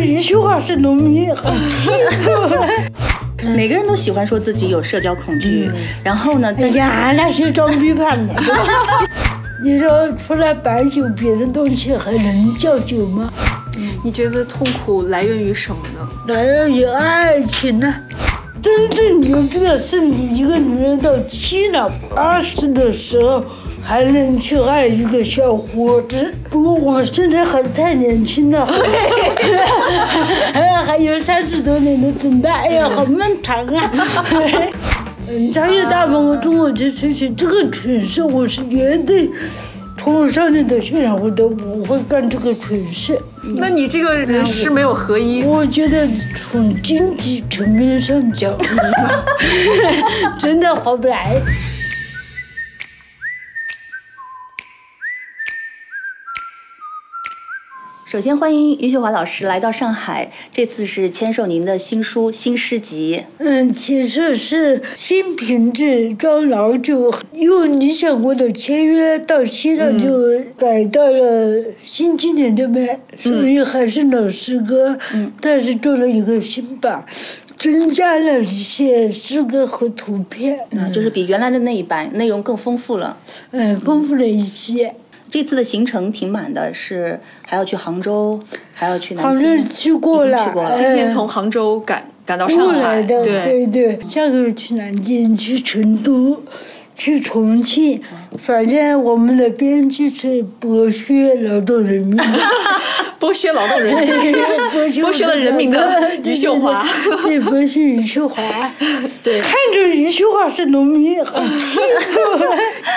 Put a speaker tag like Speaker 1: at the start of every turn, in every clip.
Speaker 1: 你说话是农民，很清楚。
Speaker 2: 每个人都喜欢说自己有社交恐惧，然后呢，
Speaker 1: 哎
Speaker 2: 但是
Speaker 1: 呀，那是装逼派的。你说除了白酒，别的东西还能叫酒吗？
Speaker 3: 你觉得痛苦来源于什么呢？
Speaker 1: 来源于爱情呢、真正牛逼的是，你一个女人到七老八十的时候，还能去爱一个小伙子。不过我现在还太年轻了， 还有三十多年的等待，哎呀，好漫长啊！ 嗯，穿越大门和中国结吹雪这个蠢事，我是绝对从我少年的渲染我都不会干这个蠢事。
Speaker 3: 那你这个人是没有合 一，
Speaker 1: 我觉得从经济层面上讲， 真的划不来。
Speaker 2: 首先欢迎余秀华老师来到上海，这次是签售您的新书新诗集。
Speaker 1: 嗯，其次是新品质装老酒，用理想国的签约到期了，就改到了新经典这边，所以还是老诗歌，但是做了一个新版，增加了一些诗歌和图片，
Speaker 2: 嗯，就是比原来的那一版内容更丰富了。
Speaker 1: 嗯，丰富了一些。
Speaker 2: 这次的行程挺满的，是还要去杭州，还要去南
Speaker 1: 好像
Speaker 2: 京。
Speaker 1: 去过
Speaker 2: 已经
Speaker 1: 了，
Speaker 2: 去过了
Speaker 1: 哎
Speaker 2: 今
Speaker 3: 今天从杭州赶赶到上
Speaker 1: 过来
Speaker 3: 海，
Speaker 1: 的，
Speaker 3: 对，
Speaker 1: 对对，下个月去南京、去成都、去重庆，反正我们的编剧是剥削劳动人 民的，
Speaker 3: 剥削劳 动人民。
Speaker 1: 剥削
Speaker 3: 剥削了人民的余秀华
Speaker 1: 对，对对剥削余秀 华，对，看着余秀华是农民，很幸 福。啊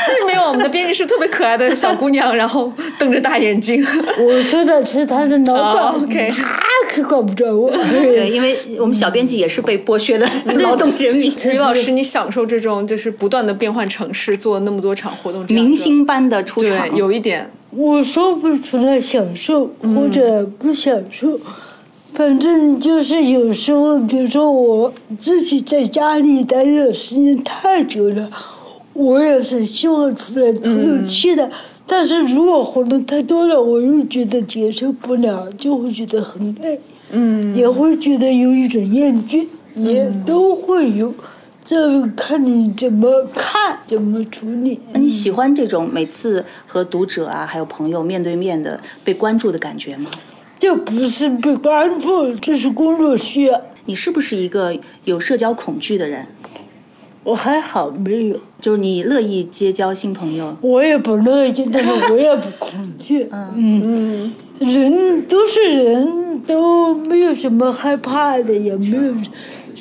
Speaker 3: 但是没有，我们的编辑是特别可爱的小姑娘，然后瞪着大眼睛。
Speaker 1: 我说的是他的老板、
Speaker 3: 哦，OK
Speaker 1: 他可管不着我。
Speaker 2: 对，因为我们小编辑也是被剥削的
Speaker 1: 嗯
Speaker 2: 劳动人民，
Speaker 3: 于老师，你享受这种就是不断的变换城市，做那么多场活动，这样
Speaker 2: 明
Speaker 3: 子
Speaker 2: 星般的出场
Speaker 3: 对，。有一点
Speaker 1: 我说不出来享受或者不享受，反正就是有时候，比如说我自己在家里待的时间太久了，我也是希望出来透透气的。但是如果活动太多了，我又觉得接受不了，就会觉得很累，嗯，也会觉得有一种厌倦，也都会有，这看你怎么看，怎么处理。
Speaker 2: 那你喜欢这种每次和读者啊，还有朋友面对面的被关注的感觉吗？
Speaker 1: 这不是被关注，这是工作需要。
Speaker 2: 你是不是一个有社交恐惧的人？
Speaker 1: 我还好没有，
Speaker 2: 就是你乐意结交新朋友，
Speaker 1: 我也不乐意，但是我也不恐惧。嗯嗯，人都是人，都没有什么害怕的，也没有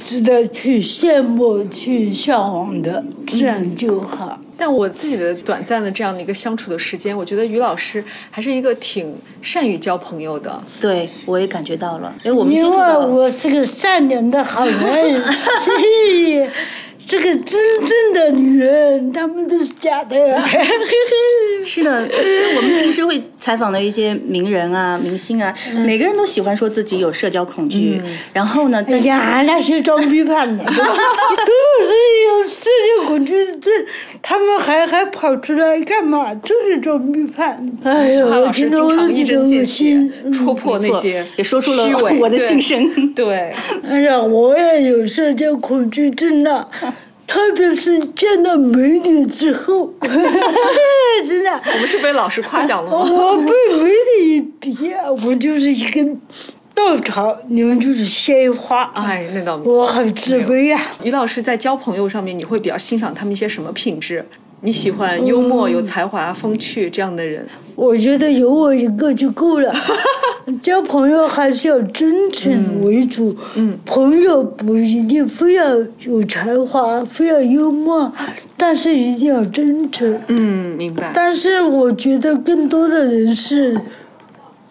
Speaker 1: 值得去羡慕、去向往的，自然就好。
Speaker 3: 但我自己的短暂的这样的一个相处的时间，我觉得于老师还是一个挺善于交朋友的。
Speaker 2: 对我也感觉到了，哎因为我们接
Speaker 1: 因
Speaker 2: 触
Speaker 1: 为
Speaker 2: 到了
Speaker 1: 我是个善良的好人，所以这个真正的女人，她们都是假的呀。
Speaker 2: 是的，因为我们平时会采访的一些名人啊、明星啊，每个人都喜欢说自己有社交恐惧，然后呢，
Speaker 1: 嗯哎
Speaker 2: 但是
Speaker 1: 呀，那些装逼派 的，都是有世界恐惧症，他们还还跑出来干嘛？就是装逼派。哎呦，
Speaker 3: 潘
Speaker 1: 我
Speaker 3: 老师
Speaker 1: 听
Speaker 3: 经
Speaker 1: 得
Speaker 3: 常
Speaker 1: 我
Speaker 3: 一
Speaker 1: 觉
Speaker 3: 针
Speaker 1: 得
Speaker 3: 见
Speaker 1: 恶
Speaker 3: 血
Speaker 1: 心。，
Speaker 3: 戳破那
Speaker 2: 嗯没错
Speaker 3: 些
Speaker 2: 也说出了
Speaker 3: 虚伪
Speaker 2: 我的
Speaker 3: 对
Speaker 2: 心声
Speaker 3: 对，
Speaker 1: 哎呀，我也有社交恐惧症呐、 特别是见到美女之后， 真的。
Speaker 3: 我们是被老师夸奖了
Speaker 2: 哦
Speaker 3: 吗？
Speaker 1: 我哦被美女比啊，我就是一根稻草，你们就是鲜花。
Speaker 3: 哎，那倒没有。
Speaker 1: 我很自卑啊呀、
Speaker 3: 于老师在交朋友上面，你会比较欣赏他们一些什么品质？你喜欢幽默、
Speaker 2: 嗯
Speaker 3: 有才华、风趣这样的人？
Speaker 1: 我觉得有我一个就够了。交朋友还是要真诚为主，朋友不一定非要有才华，非要幽默，但是一定要真诚。
Speaker 3: 嗯，明白。
Speaker 1: 但是我觉得更多的人是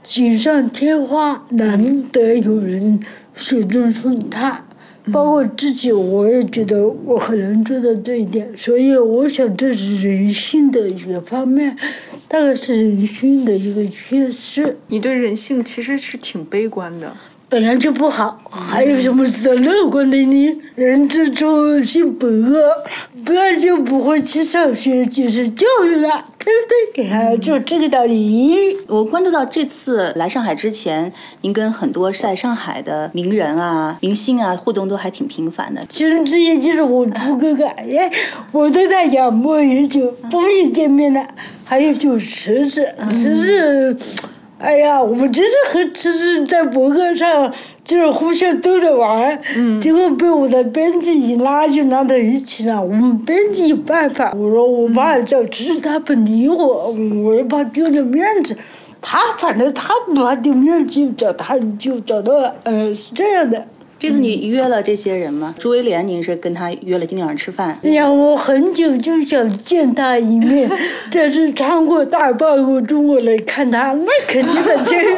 Speaker 1: 锦上添花，难得有人雪中送炭。包括自己，我也觉得我很能做到这一点，所以我想这是人性的一个方面，大概是人性的一个缺失，
Speaker 3: 你对人性其实是挺悲观 的。
Speaker 1: 本来就不好，还有什么值得乐观的呢？人之初性本恶，不然就不会去上学、接受教育了。对不对？哎，就这个道理。
Speaker 2: 我关注到这次来上海之前，您跟很多在上海的名人啊、明星啊互动都还挺频繁的。
Speaker 1: 其实这些就是我出哥哥，哎，我对他仰慕已久，不必见面了。还有就是池子，池子，哎呀，我真是和池子在博客上就是互相逗着玩，结果被我的编辑一拉就拉到一起了。我们编辑有办法，我说我妈叫池子，她不理我，我又怕丢了面子。他反正他不怕丢面子，就找他就找到了，呃，是这样的。
Speaker 2: 这次
Speaker 1: 嗯
Speaker 2: 你约了这些人吗？朱威廉，您是跟他约了今天晚上吃饭？
Speaker 1: 哎呀，我很久就想见他一面，这是穿过大半个中国来看他，那肯定的见面。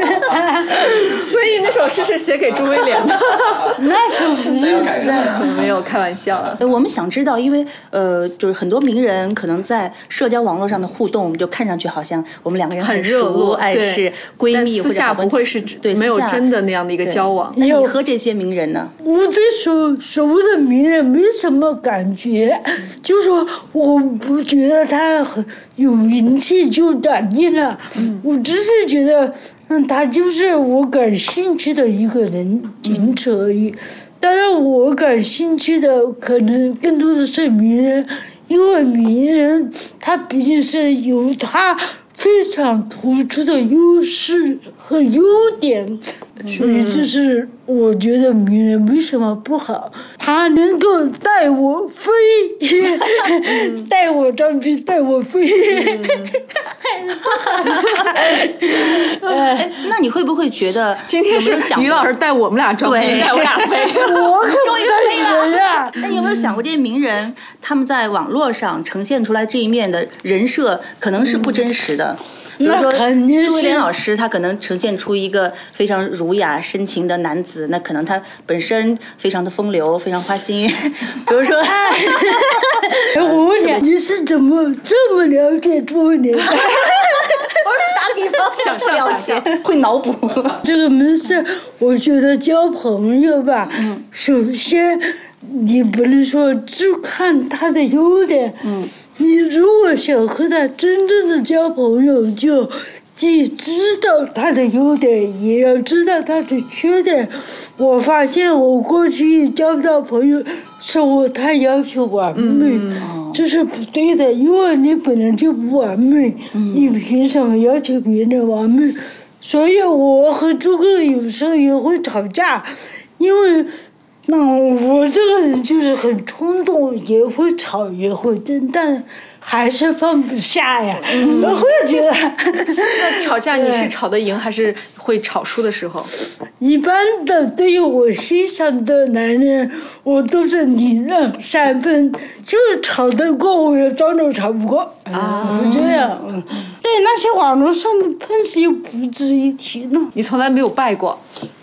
Speaker 3: 所以那首诗是写给朱威廉 的，
Speaker 1: 那是不认识的。
Speaker 3: 没有开玩笑啊。
Speaker 2: 呃，我们想知道，因为呃，就是很多名人可能在社交网络上的互动，就看上去好像我们两个人
Speaker 3: 很热
Speaker 2: 熟，
Speaker 3: 络，
Speaker 2: 爱
Speaker 3: 对
Speaker 2: 是闺
Speaker 3: 但
Speaker 2: 蜜，
Speaker 3: 私
Speaker 2: 或者
Speaker 3: 下
Speaker 2: 好朋
Speaker 3: 不
Speaker 2: 友
Speaker 3: 会是
Speaker 2: 对
Speaker 3: 没有
Speaker 2: 私下
Speaker 3: 真的那样的一个
Speaker 2: 对
Speaker 3: 交往。
Speaker 2: 那你
Speaker 1: 有
Speaker 2: 和这些名人呢？
Speaker 1: 我对所所谓的名人没什么感觉，就说我不觉得他很有名气就咋地了，我只是觉得，嗯，他就是我感兴趣的一个人，仅此而已。当然，我感兴趣的可能更多的是名人，因为名人他毕竟是由他非常突出的优势和优点，所以就是我觉得名人没什么不好，他能够带我飞，带我张飞，带我飞。
Speaker 2: 哎，那你会不会觉得
Speaker 3: 今天是
Speaker 2: 有没有想
Speaker 3: 于
Speaker 2: 过
Speaker 3: 老师带我们俩装逼，
Speaker 2: 对
Speaker 3: 带我俩 飞。
Speaker 1: 我可不带人呀！
Speaker 2: 那有没有想过，这些名人他们在网络上呈现出来这一面的人设，可能是不真实的？比如
Speaker 1: 那
Speaker 2: 说
Speaker 1: 肯定
Speaker 2: 朱威廉
Speaker 1: 是
Speaker 2: 老师，他可能呈现出一个非常儒雅深情的男子，那可能他本身非常的风流，非常花心。比如说，
Speaker 1: 哎，我问你，你是怎么这么了解朱文莲的？
Speaker 2: 我是打比方，
Speaker 3: 想象
Speaker 2: 不了
Speaker 3: 想
Speaker 2: 解，会脑补。
Speaker 1: 这个没事，我觉得交朋友吧，首先你不能说只看他的优点，你如果想和他真正的交朋友，就既知道他的优点，也要知道他的缺点。我发现我过去交不到朋友，是我太要求完美，这是不对的，因为你本来就不完美，你凭什么要求别人完美？所以我和朱哥有时候也会吵架，因为那我这个人就是很冲动，也会吵，也会争，但还是放不下呀。我会觉得
Speaker 3: 那吵架你是吵得赢还是会吵输的时候？
Speaker 1: 一般的，对于我欣赏的男人，我都是礼让三分，就是吵得过我也装作吵不过，啊，是这样。嗯对那些网络上的喷子又不值一提呢。
Speaker 3: 你从来没有败过，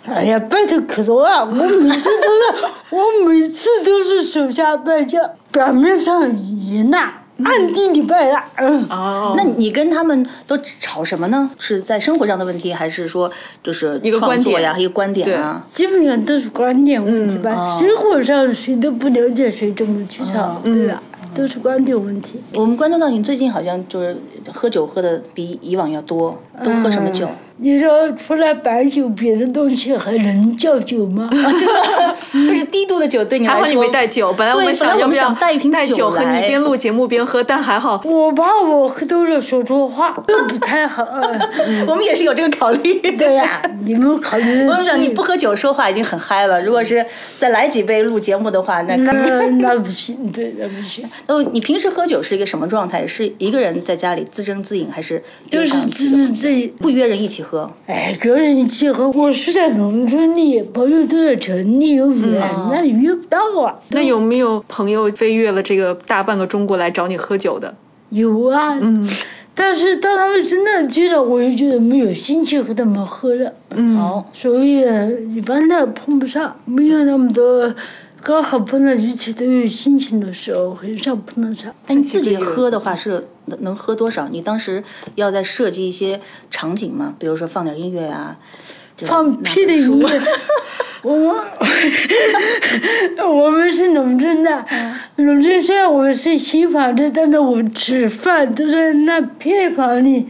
Speaker 1: 哎呀，拜托可多啊！我每次都 是，我每次都是手下败将，表面上赢了，
Speaker 2: 嗯
Speaker 1: 暗地里败了。嗯，
Speaker 2: 啊
Speaker 3: 哦
Speaker 2: 那你跟他们都吵什么呢？是在生活上的问题，还是说就是
Speaker 3: 一个
Speaker 2: 创
Speaker 3: 观
Speaker 2: 作呀，
Speaker 3: 点
Speaker 2: 一个观点
Speaker 3: 对
Speaker 2: 啊？
Speaker 1: 基本上都是观点问题吧。
Speaker 2: 嗯
Speaker 1: 生活上谁都不了解谁怎么去吵，
Speaker 2: 嗯
Speaker 1: 对吧？都是观点问题。
Speaker 2: 我们关注到你最近好像就是喝酒喝的比以往要多，
Speaker 3: 嗯
Speaker 2: 都喝什么 酒？
Speaker 1: 你说除了白酒，别的东西还能叫酒吗？
Speaker 2: 嗯就是低度的酒对你来
Speaker 3: 还
Speaker 2: 说，
Speaker 3: 好你没带酒。本来我
Speaker 2: 对
Speaker 3: 们
Speaker 2: 本
Speaker 3: 想
Speaker 2: 来
Speaker 3: 要
Speaker 2: 我
Speaker 3: 不
Speaker 2: 们
Speaker 3: 要
Speaker 2: 想带一瓶酒
Speaker 3: 和
Speaker 2: 来
Speaker 3: 你边录节目边喝，但还好
Speaker 1: 我怕我喝多了说错话，这不太 好。嗯
Speaker 2: 我们也是有这个考虑的。
Speaker 1: 对呀、你们考虑
Speaker 3: 嗯
Speaker 1: 的。
Speaker 2: 我跟你讲，你不喝酒说话已经很嗨了。如果是再来几杯录节目的话，
Speaker 3: 嗯
Speaker 2: 那更……
Speaker 1: 那那不行，对，那不行。
Speaker 2: 哦，你平时喝酒是一个什么状态？是一个人在家里自斟自饮，还是
Speaker 1: 都
Speaker 2: 有
Speaker 1: 是
Speaker 2: 伴
Speaker 1: 自己自己
Speaker 2: 不约人一起喝？
Speaker 1: 哎，主要是你结合我是在农村里，朋友都在城里有远，那约不到啊。
Speaker 3: 那有没有朋友飞越了这个大半个中国来找你喝酒的？
Speaker 1: 有啊，嗯，但是当他们真的去了，我就觉得没有心情和他们喝了，
Speaker 2: 嗯，哦，
Speaker 1: 所以一般的碰不上，没有那么多。刚好碰到一起都有心情的时候，很少碰到他。
Speaker 2: 但你
Speaker 3: 自
Speaker 2: 自
Speaker 3: 己
Speaker 2: 己
Speaker 3: 这个
Speaker 2: 喝的
Speaker 1: 嗯
Speaker 2: 话是能能喝多少？你当时要在设计一些场景吗？比如说放点音乐啊，就是
Speaker 1: 放屁的音乐， 我们 我们是农村的，农村虽然我们是新房子，但是我们吃饭都在那偏房里，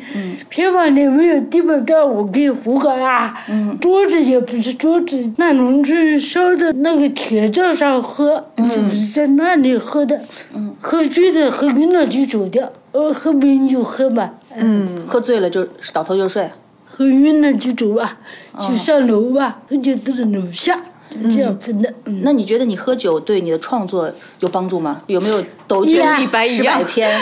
Speaker 1: 偏房里没有地方让我可以胡搞啊，桌子也不是桌子，那农村烧的那个铁灶上喝，就不是在那里喝的，喝醉的喝晕了就走掉，呃，喝没就喝吧，嗯
Speaker 2: 喝醉了就倒头就睡。
Speaker 1: 喝晕了就走吧，就上楼吧，喝酒都是楼下，这样分的，哦嗯。
Speaker 2: 那你觉得你喝酒对你的创作有帮助吗？有没有抖酒
Speaker 1: 呀
Speaker 3: 一百一
Speaker 2: 十
Speaker 3: 样
Speaker 2: 百篇？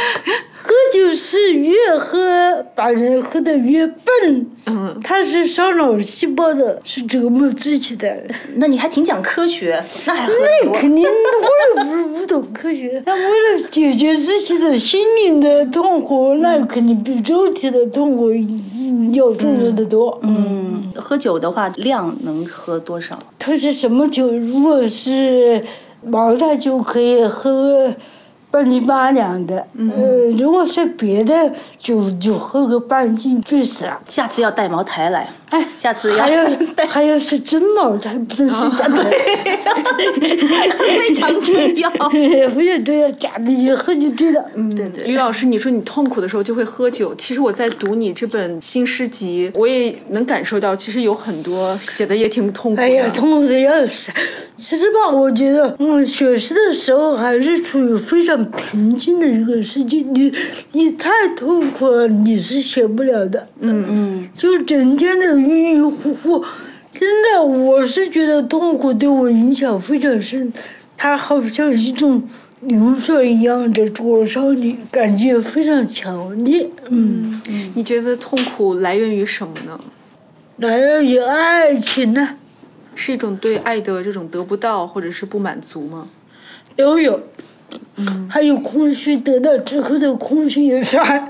Speaker 1: 喝酒是越喝把人喝得越笨，嗯，它是伤脑细胞的，是折磨自己的。
Speaker 2: 那你还挺讲科学，那还喝
Speaker 1: 那
Speaker 2: 多？
Speaker 1: 肯定我也不是不懂科 学，那为了解决自己的心灵的痛苦，那肯定比肉体的痛苦嗯要重要的多。嗯，
Speaker 2: 嗯，喝酒的话量能喝多少？
Speaker 1: 它是什么酒？如果是茅台酒，可以喝。半斤八两的，呃，如果是别的酒，就喝个半斤最少。
Speaker 2: 下次要带茅台来。
Speaker 1: 哎，
Speaker 2: 下次要
Speaker 1: 还有还有是真茅台，不能是假的。
Speaker 2: 非常重要。
Speaker 1: 不是这样假的，也喝就对了。嗯，对
Speaker 3: 吕老师，你说你痛苦的时候就会喝酒。其实我在读你这本新诗集，我也能感受到，其实有很多写的也挺痛苦的。
Speaker 1: 哎呀，痛苦的要死。其实吧，我觉得，嗯，学诗的时候还是处于非常平静的一个世界。你你太痛苦了，你是写不了的。嗯嗯，就整天的晕晕乎乎，真的，我是觉得痛苦对我影响非常深。它好像一种硫酸一样的灼烧你，感觉非常强烈。嗯
Speaker 3: 你觉得痛苦来源于什么呢？
Speaker 1: 来源于爱情呢、
Speaker 3: 是一种对爱的这种得不到或者是不满足吗？
Speaker 1: 都有，还有空虚得到之后的空虚也是 爱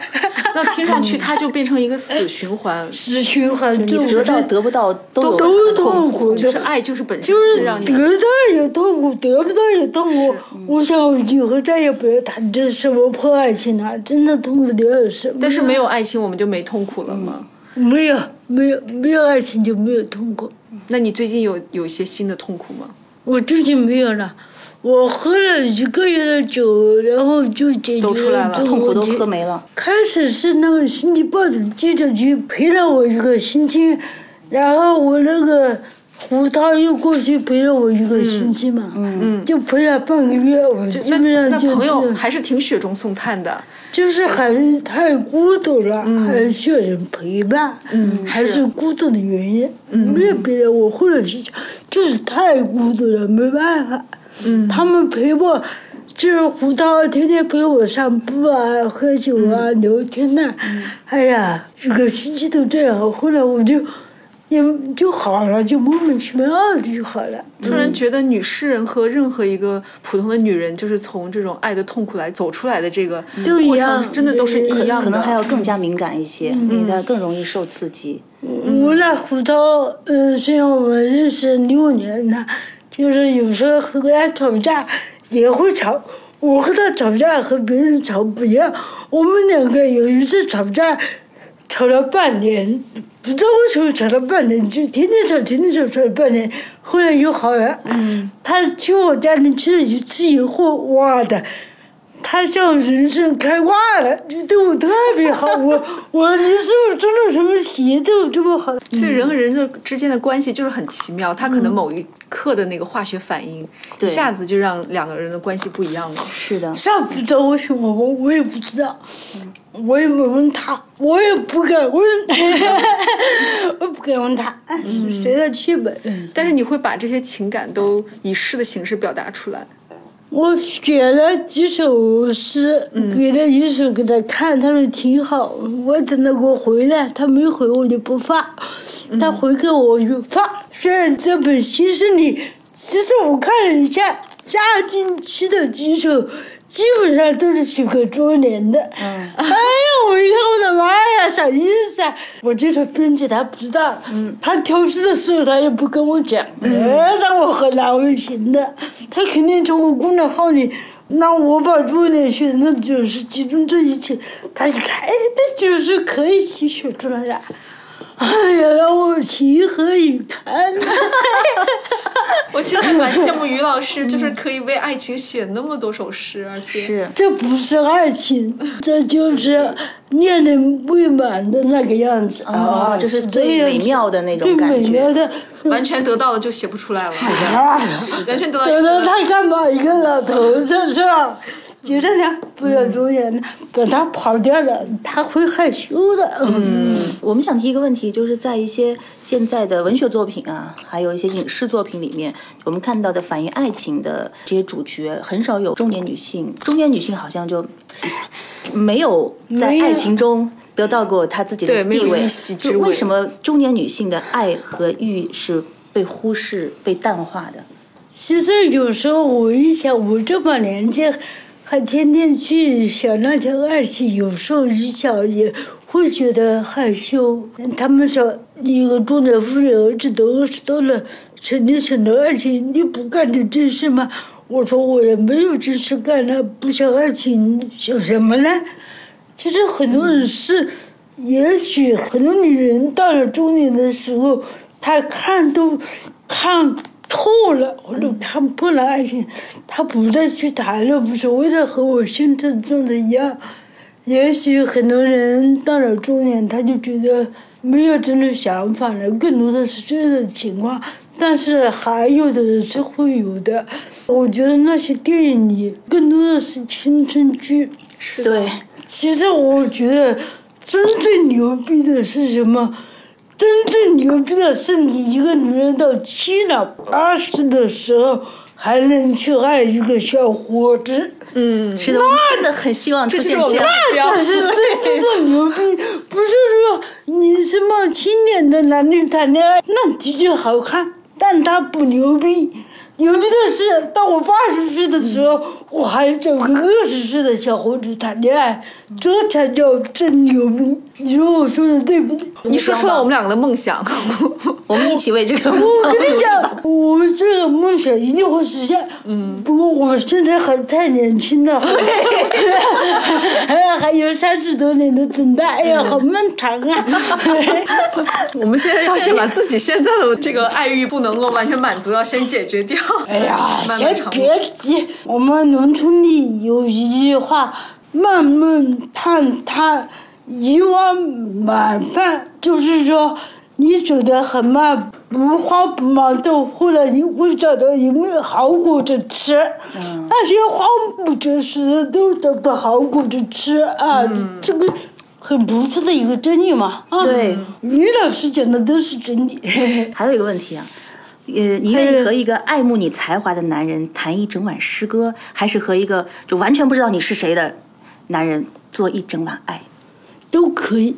Speaker 3: 那听上去它就变成一个死循 环，
Speaker 1: 死循环， 就
Speaker 2: 得到得不到都有
Speaker 1: 都
Speaker 2: 很
Speaker 1: 痛
Speaker 2: 苦。
Speaker 1: 苦的
Speaker 3: 就是。爱就是本身
Speaker 1: 就是
Speaker 3: 让你
Speaker 1: 得到也痛苦，得不到也痛苦。我想我以后再也不要谈这什么破爱情了、真的痛苦的要死。
Speaker 3: 但是没有爱情，我们就没痛苦了吗？
Speaker 1: 没有没有没有爱情就没有痛苦。
Speaker 3: 那你最近有有一些新的痛苦吗？
Speaker 1: 我最近没有了，我喝了一个月的酒，然后就解决
Speaker 3: 走出来了
Speaker 1: 这个
Speaker 2: 痛苦都
Speaker 1: 问题
Speaker 2: 喝没了，
Speaker 1: 开始是那个《星际报》的记者局陪了我一个星期，然后我那个胡涛又过去陪了我一个星期嘛，就陪了半个月，我基
Speaker 3: 那
Speaker 1: 本上
Speaker 3: 嗯那
Speaker 1: 就
Speaker 3: 朋
Speaker 1: 这
Speaker 3: 友
Speaker 1: 样
Speaker 3: 还是挺雪中送炭的。
Speaker 1: 就是还是太孤独了，还需要人陪伴，还是孤独的原因，没有别的。我后来是想，就是太孤独了，没办法。他们陪我，就是胡涛天天陪我散步啊、喝酒啊、聊天呐、哎呀，这个星期都这样，后来我就也就好了，就莫名其妙的就好了。
Speaker 3: 突然觉得女诗人和任何一个普通的女人，就是从这种爱的痛苦来走出来的这个
Speaker 1: 都一
Speaker 3: 过
Speaker 1: 样
Speaker 3: 程，真的都是一样的。
Speaker 2: 可能还要更加敏感一些，你的更容易受刺激。
Speaker 1: 我那胡涛，呃，虽然我们认识六年了，就是有时候和他吵架也会吵。我和他吵架和别人吵不一样，我们两个有一次吵架，吵了半年，不知道为什么吵了半年，就天天吵，天天吵，吵了半年，后来又好了。嗯。他去我家里去了一次以后，哇的，他像人生开挂了，就对我特别好。我我人生中的什么鞋都有这么好。
Speaker 3: 所以人和人的之间的关系就是很奇妙，它可能某一刻的那个化学反应，一
Speaker 2: 对
Speaker 3: 下子就让两个人的关系不一样了。
Speaker 2: 是的，
Speaker 1: 上不知道为什么，我我也不知道，我也没问他，我也不敢问，我不敢问他，随他去呗。
Speaker 3: 但是你会把这些情感都以诗的形式表达出来。
Speaker 1: 我写了几首诗，给了一首给他看，他说挺好。我等他给我回来，他没回我就不发，他回给我就发。虽然这本新诗里，其实我看了一下，加进去的几首基本上都是许可周年的。哎呀，我一看，我的妈呀，啥意思啊？我就说编辑他不知道，他挑事的时候他也不跟我讲，哎让我很难为情的。他肯定从我公众号里，那我把重点写那就是集中这一切，他一看，哎，这就是可以写写出来的。哎呀，让我情何以堪！
Speaker 3: 我其实还蛮羡慕于老 师，就是可以为爱情写那么多首诗，而且
Speaker 2: 是
Speaker 1: 这不是爱情，这就是恋人未满的那个样子
Speaker 2: 哦
Speaker 1: 啊，
Speaker 2: 就是
Speaker 1: 这
Speaker 2: 最
Speaker 1: 样
Speaker 2: 美
Speaker 1: 子
Speaker 2: 妙的那
Speaker 1: 最
Speaker 2: 种感
Speaker 1: 美
Speaker 2: 觉。
Speaker 1: 妙的
Speaker 3: 完全得到了就写不出来了，
Speaker 1: 啊！
Speaker 3: 完全得到
Speaker 1: 等
Speaker 3: 了
Speaker 1: 到他干嘛？一个老头子是吧？觉得呢，不要主演，等他跑掉了，他会害羞的。嗯，
Speaker 2: 我们想提一个问题，就是在一些现在的文学作品啊，还有一些影视作品里面，我们看到的反映爱情的这些主角，很少有中年女性。中年女性好像就没有在
Speaker 1: 没有
Speaker 2: 爱情中得到过她自己的
Speaker 3: 对没有
Speaker 2: 地位
Speaker 3: 一席。之
Speaker 2: 就为
Speaker 3: 位
Speaker 2: 什么中年女性的爱和欲是被忽视、被淡化的？
Speaker 1: 其实有时候我一想，我这把年纪，还天天去想那些爱情，有时候一想也会觉得害羞。他们说，一个中年妇女儿子都二十多了，说你选择爱情，你不干点正事吗？我说我也没有正事干了，不想爱情，想什么呢？其实很多人是，也许很多女人到了中年的时候，她看都看透了或者看破了爱情，她不再去谈了，无所谓的和我现在做的一样。也许很多人到了中年，他就觉得没有真的想法了，更多的是这种情况。但是还有的人是会有的，我觉得那些电影里更多的是青春剧。
Speaker 2: 对，
Speaker 1: 其实我觉得真正牛逼的是什么？真正牛逼的是你一个女人到七老八十的时候还能去爱一个小伙子，
Speaker 3: 嗯，
Speaker 2: 是的，我们真的很希望出
Speaker 3: 这是
Speaker 2: 现
Speaker 3: 我
Speaker 2: 这
Speaker 3: 们
Speaker 2: 样。
Speaker 3: 的目标
Speaker 1: 这是真正的牛逼！不是说你什么青年的男女谈恋爱，那的确好看，但他不牛逼。牛逼的是，当我八十岁的时
Speaker 3: 嗯
Speaker 1: 候，我还找个二十岁的小伙子谈恋爱，这才叫真牛逼！你说我说的对不对？
Speaker 3: 你说出了我们两个的梦 想，
Speaker 2: 我们一起为这个目
Speaker 1: 我
Speaker 2: 标
Speaker 1: 跟你讲，我们这个梦想一定会实现。嗯，不过我现在还太年轻了， 还有三十多年的等待，哎呀，好漫长啊！
Speaker 3: 我们现在要先把自己现在的这个爱欲不能够完全满足，要先解决掉。
Speaker 1: 哎 呀，
Speaker 3: 漫
Speaker 1: 先
Speaker 3: 漫长路。
Speaker 1: 别急，我们农村里有一句话：慢慢探探，一碗晚饭。就是说，你走得很慢，不慌不忙的，后来你会找到一个好果子吃。那些慌不择食的都找不到好果子吃啊！这个很不错的一个真理嘛。啊、
Speaker 2: 对，
Speaker 1: 于老师讲的都是真理。
Speaker 2: 还有一个问题啊，呃，你愿意和一个爱慕你才华的男人谈一整晚诗歌，还是和一个就完全不知道你是谁的男人做一整晚爱？
Speaker 1: 都可以，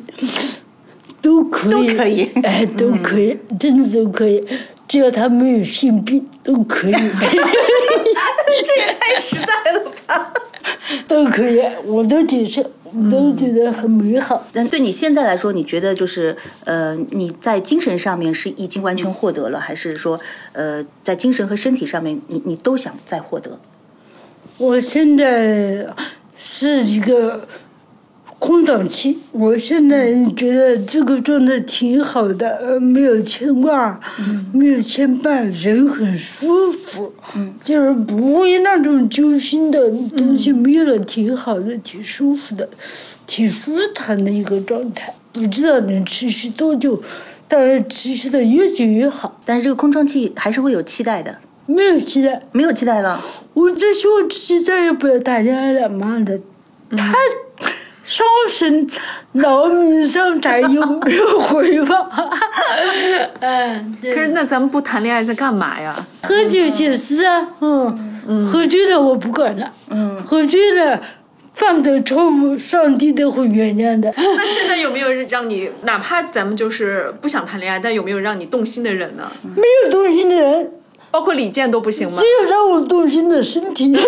Speaker 1: 都可以，
Speaker 2: 都可以 嗯
Speaker 1: 哎，都可以，真的都可以，只要他没有性病，都可以，
Speaker 2: 这也太实在了吧！
Speaker 1: 都可以，我都接受，我都觉得很美好。
Speaker 2: 但对你现在来说，你觉得就是呃，你在精神上面是已经完全获得了，还是说呃，在精神和身体上面你你都想再获得？
Speaker 1: 我现在是一个空档期，我现在觉得这个状态挺好的，呃，没有牵挂，没有牵绊，人很舒服，就是不会那种揪心的东西没有了，挺好的，挺舒服的，挺舒坦的一个状态，不知道能持续多久，当然持续的越久越好，
Speaker 2: 但是这个空窗期还是会有期待的，
Speaker 1: 没有期待。
Speaker 2: 没有期待了。
Speaker 1: 我最希望自己再也不要谈恋爱了，妈的，太伤神劳民伤财又没有回报。 嗯，
Speaker 3: 可是那咱们不谈恋爱在干嘛呀？
Speaker 1: 喝酒写诗啊，嗯，喝醉了我不管了，嗯，喝醉了犯的错误，上帝都会原谅的。
Speaker 3: 那现在有没有让你，哪怕咱们就是不想谈恋爱，但有没有让你动心的人呢？
Speaker 1: 没有动心的人，
Speaker 3: 包括李健都不行吗
Speaker 1: 只？有让我动心的身体。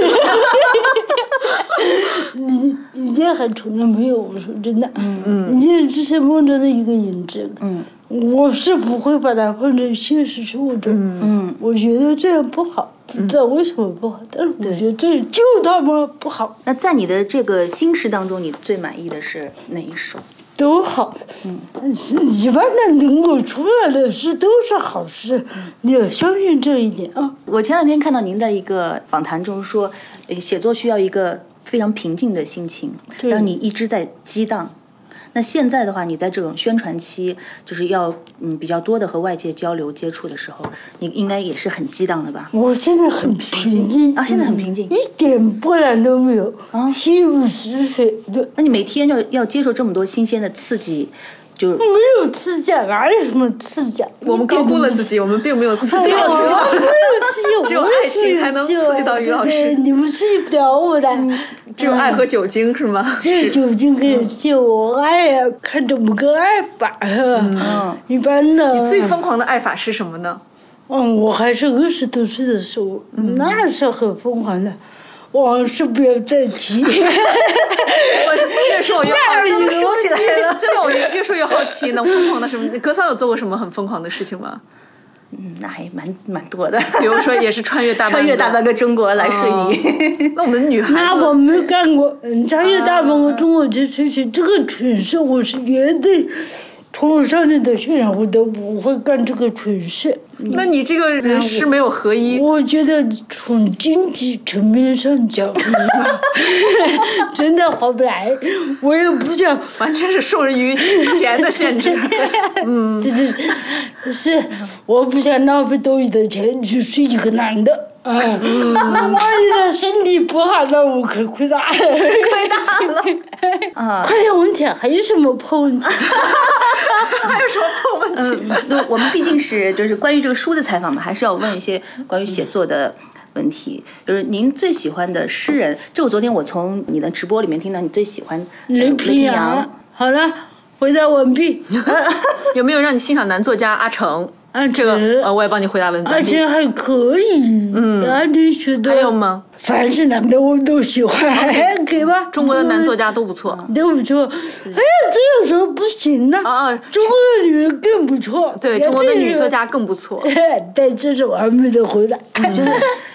Speaker 1: 你你今天还从来没有，我说真的，嗯嗯，你今天只是梦中的一个影子，嗯，我是不会把它放在现实生活中，嗯，我觉得这样不好，不知道为什么不好，但是我觉得这就他妈不好，
Speaker 2: 那在你的这个心事当中，你最满意的是哪一首？
Speaker 1: 都好。嗯是你们能能够出来的事都是好事，你要相信这一点啊。
Speaker 2: 我前两天看到您的一个访谈中说，呃写作需要一个非常平静的心情，
Speaker 1: 对
Speaker 2: 让你一直在激荡。那现在的话，你在这种宣传期，就是要嗯比较多的和外界交流接触的时候，你应该也是很激荡的吧？
Speaker 1: 我现在很平静
Speaker 2: 啊，现在很平静。
Speaker 1: 一点波澜都没有
Speaker 2: 啊，
Speaker 1: 心如止水的，
Speaker 2: 那你每天要要接受这么多新鲜的刺激，就
Speaker 1: 没有刺激，哪有什么刺激？啊
Speaker 3: 我们高估了自己，我们并没有刺激
Speaker 1: 哎呀。
Speaker 3: 到自己。
Speaker 1: 我没有刺激，
Speaker 3: 只有
Speaker 1: 我也
Speaker 3: 爱情
Speaker 1: 是
Speaker 3: 才能
Speaker 1: 有
Speaker 3: 刺激到于老师
Speaker 1: 对哎你们刺激不了我的。
Speaker 3: 只有爱和酒精是吗？
Speaker 1: 这酒精可以借我爱呀，看怎么个爱法呀。一般的，
Speaker 3: 嗯最疯狂的爱法是什么呢？
Speaker 1: 嗯，我还是二十多岁的时候，
Speaker 3: 嗯
Speaker 1: 那是很疯狂的，往事不要再提。
Speaker 3: 我越说我越
Speaker 1: 吓
Speaker 3: 好
Speaker 1: 人
Speaker 3: 奇，
Speaker 1: 你说
Speaker 2: 起来 了
Speaker 3: 真的，我越越说越好奇，能疯狂的什么？格桑有做过什么很疯狂的事情 吗？
Speaker 2: 嗯，那还蛮蛮多的。
Speaker 3: 比如说，也是穿越大半
Speaker 2: 穿越大半
Speaker 3: 个。哦
Speaker 2: 个中国来睡 你，
Speaker 3: 那我们的女孩
Speaker 1: 那我
Speaker 3: 子，
Speaker 1: 没干过， 嗯，穿越大半个中国去出去，这个蠢事我是绝对，从我上任的训练我都不会干这个蠢事。
Speaker 3: 那你这个人师没有合一，
Speaker 1: 我觉得从经济层面上讲， 真的划不来。我也不想，
Speaker 3: 完全是受于钱的限制。
Speaker 1: 嗯，是我不想浪费多余的钱去睡一个男的。啊， 万一他身体不好，那我可亏 大了。
Speaker 2: 亏大了。啊，
Speaker 1: 快点问题，还有什么破问题？
Speaker 3: 还有什么破问题？
Speaker 2: 嗯那我们毕竟是就是关于这个书的采访嘛，还是要问一些关于写作的问题。就是您最喜欢的诗人，这我昨天我从你的直播里面听到你最喜欢呃
Speaker 3: 嗯
Speaker 1: 雷平
Speaker 2: 阳
Speaker 3: 啊
Speaker 1: 阳。。好了，回答完毕。
Speaker 3: 有没有让你欣赏男作家阿成？
Speaker 1: 阿
Speaker 3: 这个
Speaker 1: 成
Speaker 3: 呃，我也帮你回答问
Speaker 1: 而
Speaker 3: 题。
Speaker 1: 且还可以，嗯，阿成学的
Speaker 3: 还有吗？
Speaker 1: 凡是男的我都喜欢，给吧。嗯
Speaker 3: 中国的男作家都不错。
Speaker 1: 都不错，哎呀，这有什么不行呢？
Speaker 3: 啊啊
Speaker 1: 中国的女人更不错，
Speaker 3: 对
Speaker 1: 呀
Speaker 3: 中国的女
Speaker 1: 这
Speaker 3: 作
Speaker 1: 是
Speaker 3: 家更不 错。
Speaker 1: 对，这是完美的回答。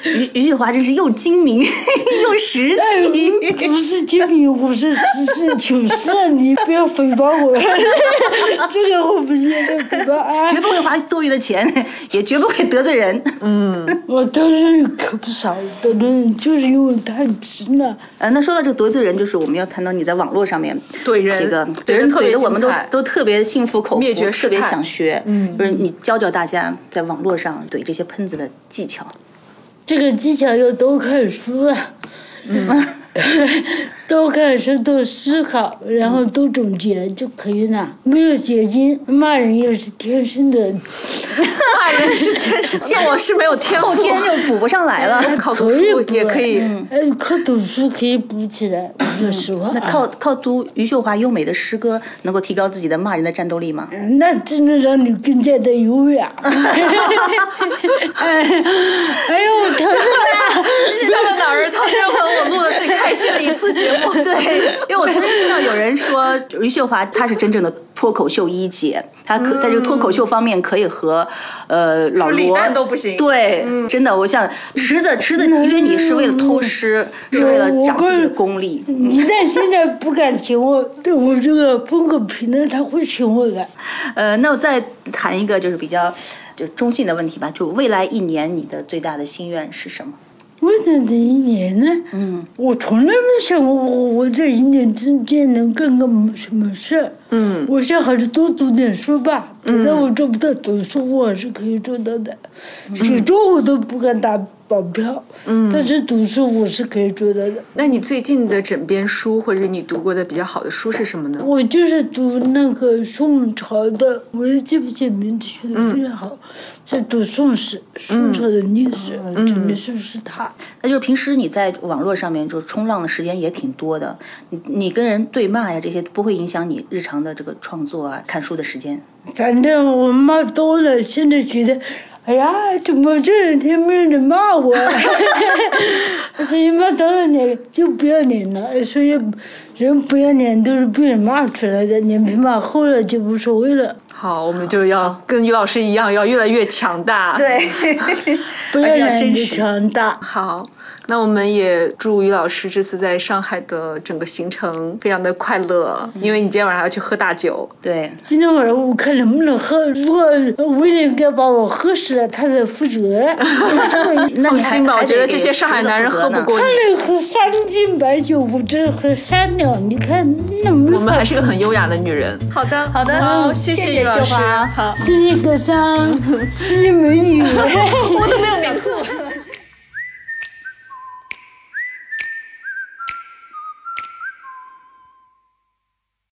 Speaker 2: 于于雪华真是又精明 又实
Speaker 3: 哎
Speaker 2: 际。
Speaker 1: 不是精明，我是实事求是，你不要诽谤我， 这个我不愿意诽谤啊
Speaker 2: 绝！不会花多余的钱，也绝不会得罪人。
Speaker 3: 嗯
Speaker 1: 我当时可不少的人，就是因为太直了。
Speaker 2: 呃，那说到这个得罪人，就是我们要谈到你在网络上面
Speaker 3: 怼人
Speaker 2: 这个
Speaker 3: 怼人特别
Speaker 2: 怼的我们都
Speaker 3: 精彩
Speaker 2: 都特别心服口服，
Speaker 3: 灭绝师
Speaker 2: 特别
Speaker 3: 太
Speaker 2: 想学。嗯，就是你教教大家在网络上怼这些喷子的技巧。
Speaker 1: 这个技巧要多看书 啊，多看书，多思考，然后多总结就可以了。没有结晶，骂人也是天生的，
Speaker 3: 骂人是真是，那我是没 有天
Speaker 2: 后
Speaker 3: 赋，嗯
Speaker 2: 天又补不上来了。
Speaker 3: 考个
Speaker 1: 可以
Speaker 3: 书
Speaker 1: 补
Speaker 3: 也可以。
Speaker 1: 哎，靠读书可以补起来。我说实话
Speaker 2: 那
Speaker 1: 啊，
Speaker 2: 靠靠读余秀华优美的诗歌，能够提高自己的骂人的战斗力吗？
Speaker 1: 那真的让你更加的优雅。哎，哎呦，我疼死了！
Speaker 3: 下半脑儿唐诗文，我录的最开心的一次节 目。
Speaker 2: 对，因为我曾经听到有人说余秀华她是真正的脱口秀一姐，她可在这个脱口秀方面可以和呃老
Speaker 3: 李
Speaker 2: 罗
Speaker 3: 诞都不行嗯
Speaker 2: 对，真的，我想池子池子约你是为了偷师，是为了长自己的功力。
Speaker 1: 你在现在不敢请我，对我这个风格评论他会请我的。
Speaker 2: 呃，那我再谈一个就是比较就中性的问题吧，就未来一年你的最大的心愿是什么？
Speaker 1: 为什么这一年呢？嗯，我从来没想过我我这一年之间能干个什么事儿。嗯，我想还是多读点书吧。别的我做不到，读书我还是可以做到的。写作我都不敢打保票，嗯，但是读书我是可以做到的。
Speaker 3: 那你最近的枕边书，或者你读过的比较好的书是什么呢？
Speaker 1: 我就是读那个宋朝的，我也记不清名字学的非常好，在读宋史，宋朝的历史，准备是不是他？
Speaker 2: 那就是平时你在网络上面就冲浪的时间也挺多的，你你跟人对骂呀这些不会影响你日常的这个创作啊、看书的时间。
Speaker 1: 反正我骂多了，现在觉得，哎呀，怎么这两天没有人骂我？啊 所以骂多了脸就不要脸了。所以人不要脸都是被人骂出来的，脸皮骂厚了就无所谓了。
Speaker 3: 好，我们就要跟于老师一样，要越来越强 大。，
Speaker 2: 对，
Speaker 1: 不要
Speaker 2: 而且要
Speaker 1: 脸
Speaker 2: 啊真
Speaker 1: 就
Speaker 2: 实
Speaker 1: 强大。
Speaker 3: 好，那我们也祝于老师这次在上海的整个行程非常的快乐，因为你今天晚上要去喝大酒。
Speaker 2: 对，
Speaker 1: 今天晚上我看能不能喝，如果威廉哥把我喝死了，他得负责。
Speaker 2: 那
Speaker 3: 放
Speaker 2: 你还
Speaker 3: 心吧，
Speaker 2: 还
Speaker 3: 我觉得
Speaker 2: 给
Speaker 3: 这些上海
Speaker 2: 狮子
Speaker 3: 男人
Speaker 2: 负责
Speaker 3: 喝不
Speaker 2: 呢
Speaker 3: 过
Speaker 1: 他
Speaker 3: 你。
Speaker 1: 得喝三斤白酒，我只喝三两，你看能不能？
Speaker 3: 我们还是个很优雅的女人。 好的，好
Speaker 2: 的
Speaker 3: 好，
Speaker 2: 嗯
Speaker 3: 谢
Speaker 2: 谢
Speaker 3: 谢
Speaker 2: 谢
Speaker 3: 于老
Speaker 2: 秀
Speaker 3: 师，
Speaker 2: 华
Speaker 3: 好。
Speaker 1: 谢谢葛桑，谢谢美女。
Speaker 3: 我都